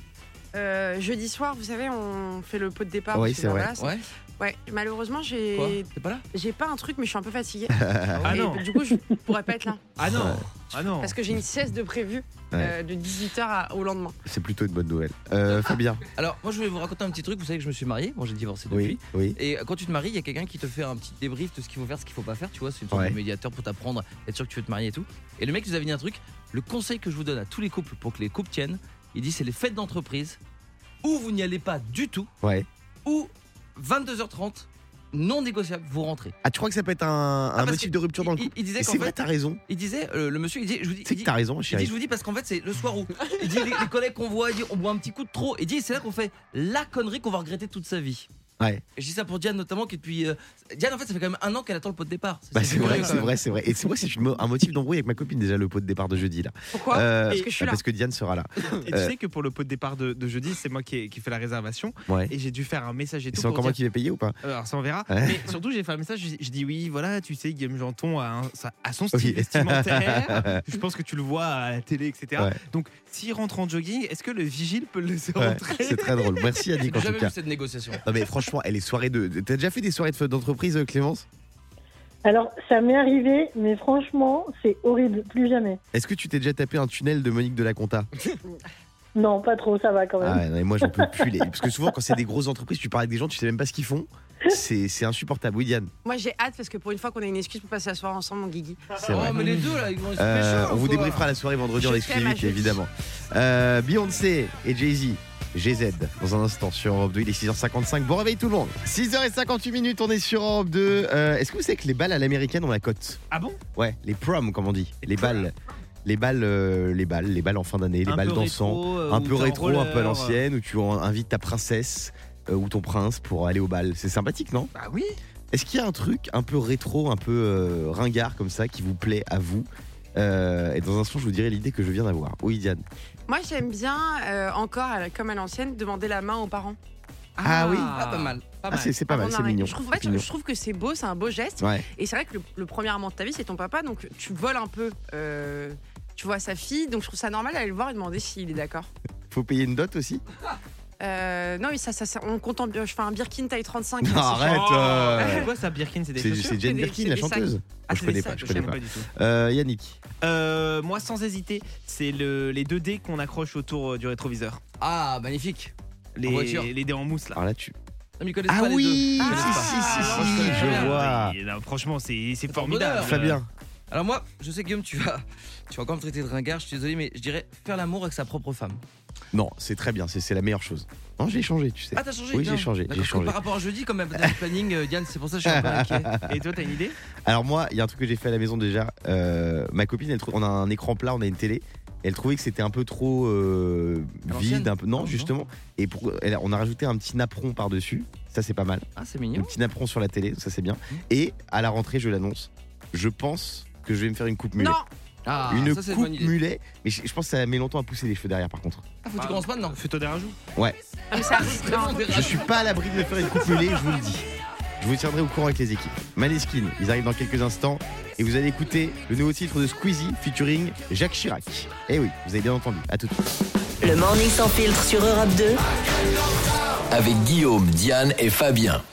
S5: Euh, Jeudi soir, vous savez, on fait le pot de départ.
S3: Oui,
S5: parce que,
S3: c'est
S5: bah,
S3: vrai.
S5: voilà, c'est-
S4: Ouais.
S5: Ouais, malheureusement,
S4: Quoi
S5: j'ai
S4: T'es pas là
S5: j'ai pas un truc, mais je suis un peu fatiguée.
S6: Ah
S5: Et
S6: non.
S5: Du coup, je pourrais pas être là.
S6: Ah non. Ah non.
S5: Parce que j'ai une sieste de prévu euh, de 18h au lendemain.
S3: c'est plutôt une bonne nouvelle. Euh, Fabien,
S4: Alors, moi, je vais vous raconter un petit truc. Vous savez que je me suis marié. Bon, j'ai divorcé depuis.
S3: oui, oui.
S4: Et quand tu te maries, il y a quelqu'un qui te fait un petit débrief de ce qu'il faut faire, ce qu'il faut pas faire. Tu vois, c'est une sorte
S3: Ouais.
S4: de médiateur pour t'apprendre, être sûr que tu veux te marier et tout. Et le mec nous avait dit un truc. Le conseil que je vous donne à tous les couples pour que les couples tiennent, il dit c'est les fêtes d'entreprise où vous n'y allez pas du tout,
S3: Ouais.
S4: ou 22h30, non négociable, vous rentrez.
S3: Ah, tu crois que ça peut être un, un
S4: parce
S3: motif
S4: que
S3: de rupture dans le
S4: il,
S3: couple
S4: il- il disait
S3: Et
S4: qu'en
S3: C'est vrai,
S4: fait,
S3: t'as raison.
S4: il disait, euh, le monsieur, il dit, je vous dis,
S3: Tu sais
S4: il
S3: que
S4: dit-
S3: t'as raison,
S4: il dit,
S3: chérie.
S4: je vous dis parce qu'en fait, c'est le soir où. Il dit, les, les collègues qu'on voit, il dit, on boit un petit coup de trop. Il dit, c'est là qu'on fait la connerie qu'on va regretter toute sa vie.
S3: Ouais.
S4: Et je dis ça pour Diane notamment, qui depuis. euh, Diane, en fait, ça fait quand même un an qu'elle attend le pot de départ. Ça,
S3: Bah, c'est vrai,
S4: curieux, quand
S3: c'est
S4: même.
S3: vrai, c'est vrai. Et c'est moi, c'est une mo- un motif d'embrouille avec ma copine déjà le pot de départ de jeudi là.
S5: Pourquoi
S3: Euh,
S5: Parce que je suis là.
S3: parce que Diane sera là.
S6: Et tu
S3: Euh.
S6: sais que pour le pot de départ de, de jeudi, c'est moi qui ai, qui ai fait la réservation
S3: Ouais.
S6: et j'ai dû faire un message et
S3: Et
S6: tout.
S3: C'est encore
S6: pour
S3: moi
S6: dire-
S3: qui vais
S6: euh,
S3: payer ou pas
S6: Alors ça on verra.
S3: Ouais.
S6: Mais surtout j'ai fait un message, je, je dis oui, voilà, tu sais, Guillaume Janton a, un- ça- a son
S3: Ok.
S6: style
S5: Ah,
S6: vestimentaire. je pense que tu le vois à la télé, etc.
S3: Ouais.
S6: Donc s'il rentre en jogging, est-ce que le vigile peut le laisser
S3: Ouais,
S6: rentrer
S3: C'est très drôle. Merci
S4: J'ai
S3: Yannick en tout
S4: jamais
S3: cas.
S4: vu cette négociation.
S3: Non mais franchement, elle est soirée de. de- T'as déjà fait des soirées de- d'entreprise, euh, Clémence
S9: Alors ça m'est arrivé, mais franchement c'est horrible, plus jamais.
S3: Est-ce que tu t'es déjà tapé un tunnel de Monique de la Conta
S9: Non, pas trop, ça va quand même.
S3: Ah ouais, non, mais moi j'en peux plus. les- Parce que souvent quand c'est des grosses entreprises, tu parles avec des gens, tu sais même pas ce qu'ils font. C'est c'est insupportable. Oui Diane,
S5: Moi, j'ai hâte parce que pour une fois qu'on a une excuse pour passer la soirée ensemble, mon Guigui.
S3: c'est
S4: Oh,
S3: vrai.
S4: mais les deux là, ils vont se
S3: Euh,
S4: pécho,
S3: on vous
S4: quoi.
S3: débriefera la soirée vendredi en
S5: Je t'aime à
S3: exclusivité,
S5: jeudi.
S3: évidemment. Euh, Beyoncé et Jay-Z, GZ, dans un instant sur Europe 2. Il est 6h55. Bon réveil tout le monde. 6h58 minutes, on est sur Europe 2. Euh, Est-ce que vous savez que les balles à l'américaine ont la cote
S6: Ah bon
S3: Ouais, les proms, comme on dit. Les balles. les balles, euh, les balles, les balles en fin d'année, les balles dansant,
S4: Oh, euh,
S3: un peu rétro, un peu à l'ancienne, où tu en- invites ta princesse euh, ou ton prince pour aller au bal. C'est sympathique, non
S4: Bah oui.
S3: Est-ce qu'il y a un truc un peu rétro, un peu euh, ringard comme ça qui vous plaît à vous Euh, Et dans un instant, je vous dirai l'idée que je viens d'avoir. Oui, Diane.
S5: Moi, j'aime bien, euh, encore à la- comme à l'ancienne, demander la main aux parents.
S3: Ah oui.
S4: Ah, pas mal. Pas
S3: Ah,
S4: mal.
S3: c'est c'est pas
S5: Avant
S3: mal, c'est
S5: d'arrêter.
S3: mignon.
S5: Je trouve, en fait,
S3: C'est mignon.
S5: je trouve que c'est beau, c'est un beau geste.
S3: Ouais.
S5: Et c'est vrai que le, le premier amant de ta vie, c'est ton papa, donc tu voles un peu. euh, tu vois sa fille, donc je trouve ça normal d'aller le voir et demander s'il est d'accord.
S3: Faut payer une dot aussi
S4: Ah,
S5: Euh, non, mais ça, ça, ça- on compte en, je fais un Birkin taille 35.
S3: Non,
S5: c'est
S3: arrête
S5: genre-
S3: euh,
S6: C'est quoi ça, Birkin C'est des
S3: C'est
S6: chaussures
S3: c'est Jane
S5: des-
S3: Birkin,
S5: c'est
S3: la
S5: des sacs.
S3: chanteuse.
S6: Ah,
S3: je
S6: c'est
S3: connais
S6: des
S3: pas,
S6: sacs,
S3: je
S6: je
S3: connais
S6: sais
S3: pas.
S6: pas du tout.
S4: Ah,
S3: Euh, Yannick.
S6: Euh, moi, sans hésiter, c'est le, les 2D qu'on accroche autour euh, du rétroviseur.
S4: Ah, magnifique.
S6: Les,
S4: voiture.
S6: les dés en mousse, là.
S3: Alors là, tu.
S4: Non, mais ils connaissent
S3: Ah
S4: pas les deux.
S3: oui
S5: Ah,
S3: Si, si, si,
S5: alors,
S3: si,
S4: c'est bien.
S3: je vois.
S6: Et là, franchement, c'est c'est
S4: ton
S6: formidable.
S4: bonheur.
S3: Fabien.
S4: Alors moi, je sais Guillaume, tu vas, tu vas encore me traiter de ringard. Je suis désolé, mais je dirais faire l'amour avec sa propre femme.
S3: Non, c'est très bien, c'est- c'est la meilleure chose. Non, j'ai changé, tu sais.
S4: Ah, t'as changé
S3: Oui,
S4: Non.
S3: j'ai changé,
S4: D'accord,
S3: j'ai
S4: parce que
S3: changé.
S4: Par rapport à jeudi, quand même, dans le planning, euh, Diane, c'est pour ça que je suis un peu inquiet.
S6: Et toi, t'as une idée
S3: Alors moi, il y a un truc que j'ai fait à la maison déjà. Euh, ma copine, elle trou- on a un écran plat, on a une télé. Elle trouvait que c'était un peu trop euh,
S4: À l'ancienne
S3: vide, un peu.
S4: Ah,
S3: Non,
S4: non.
S3: justement. Et pour, elle a- on a rajouté un petit napperon par dessus. Ça, c'est pas mal.
S4: Ah, c'est
S3: Un
S4: mignon.
S3: petit napperon sur la télé, ça c'est bien.
S4: Mmh.
S3: Et à la rentrée, je l'annonce. Je pense que je vais me faire une coupe mulet.
S5: Non,
S4: Ah,
S3: une
S4: ça c'est une
S3: coupe
S4: bonne idée.
S3: mulet. Mais je, je pense que ça met longtemps à pousser les cheveux derrière, par contre.
S4: Ah, faut que tu commences maintenant.
S6: Fais-toi derrière joue.
S5: Ah, mais ça arrive.
S4: Vraiment,
S5: Non.
S4: on verra.
S3: Je suis pas à l'abri de me faire une coupe mulet, je vous le dis. Je vous tiendrai au courant avec les équipes. Maneskin, ils arrivent dans quelques instants et vous allez écouter le nouveau titre de Squeezie featuring Jacques Chirac. Eh oui, vous avez bien entendu. À tout de suite.
S1: Le Morning Sans Filtre sur Europe 2.
S2: Avec Guillaume, Diane et Fabien.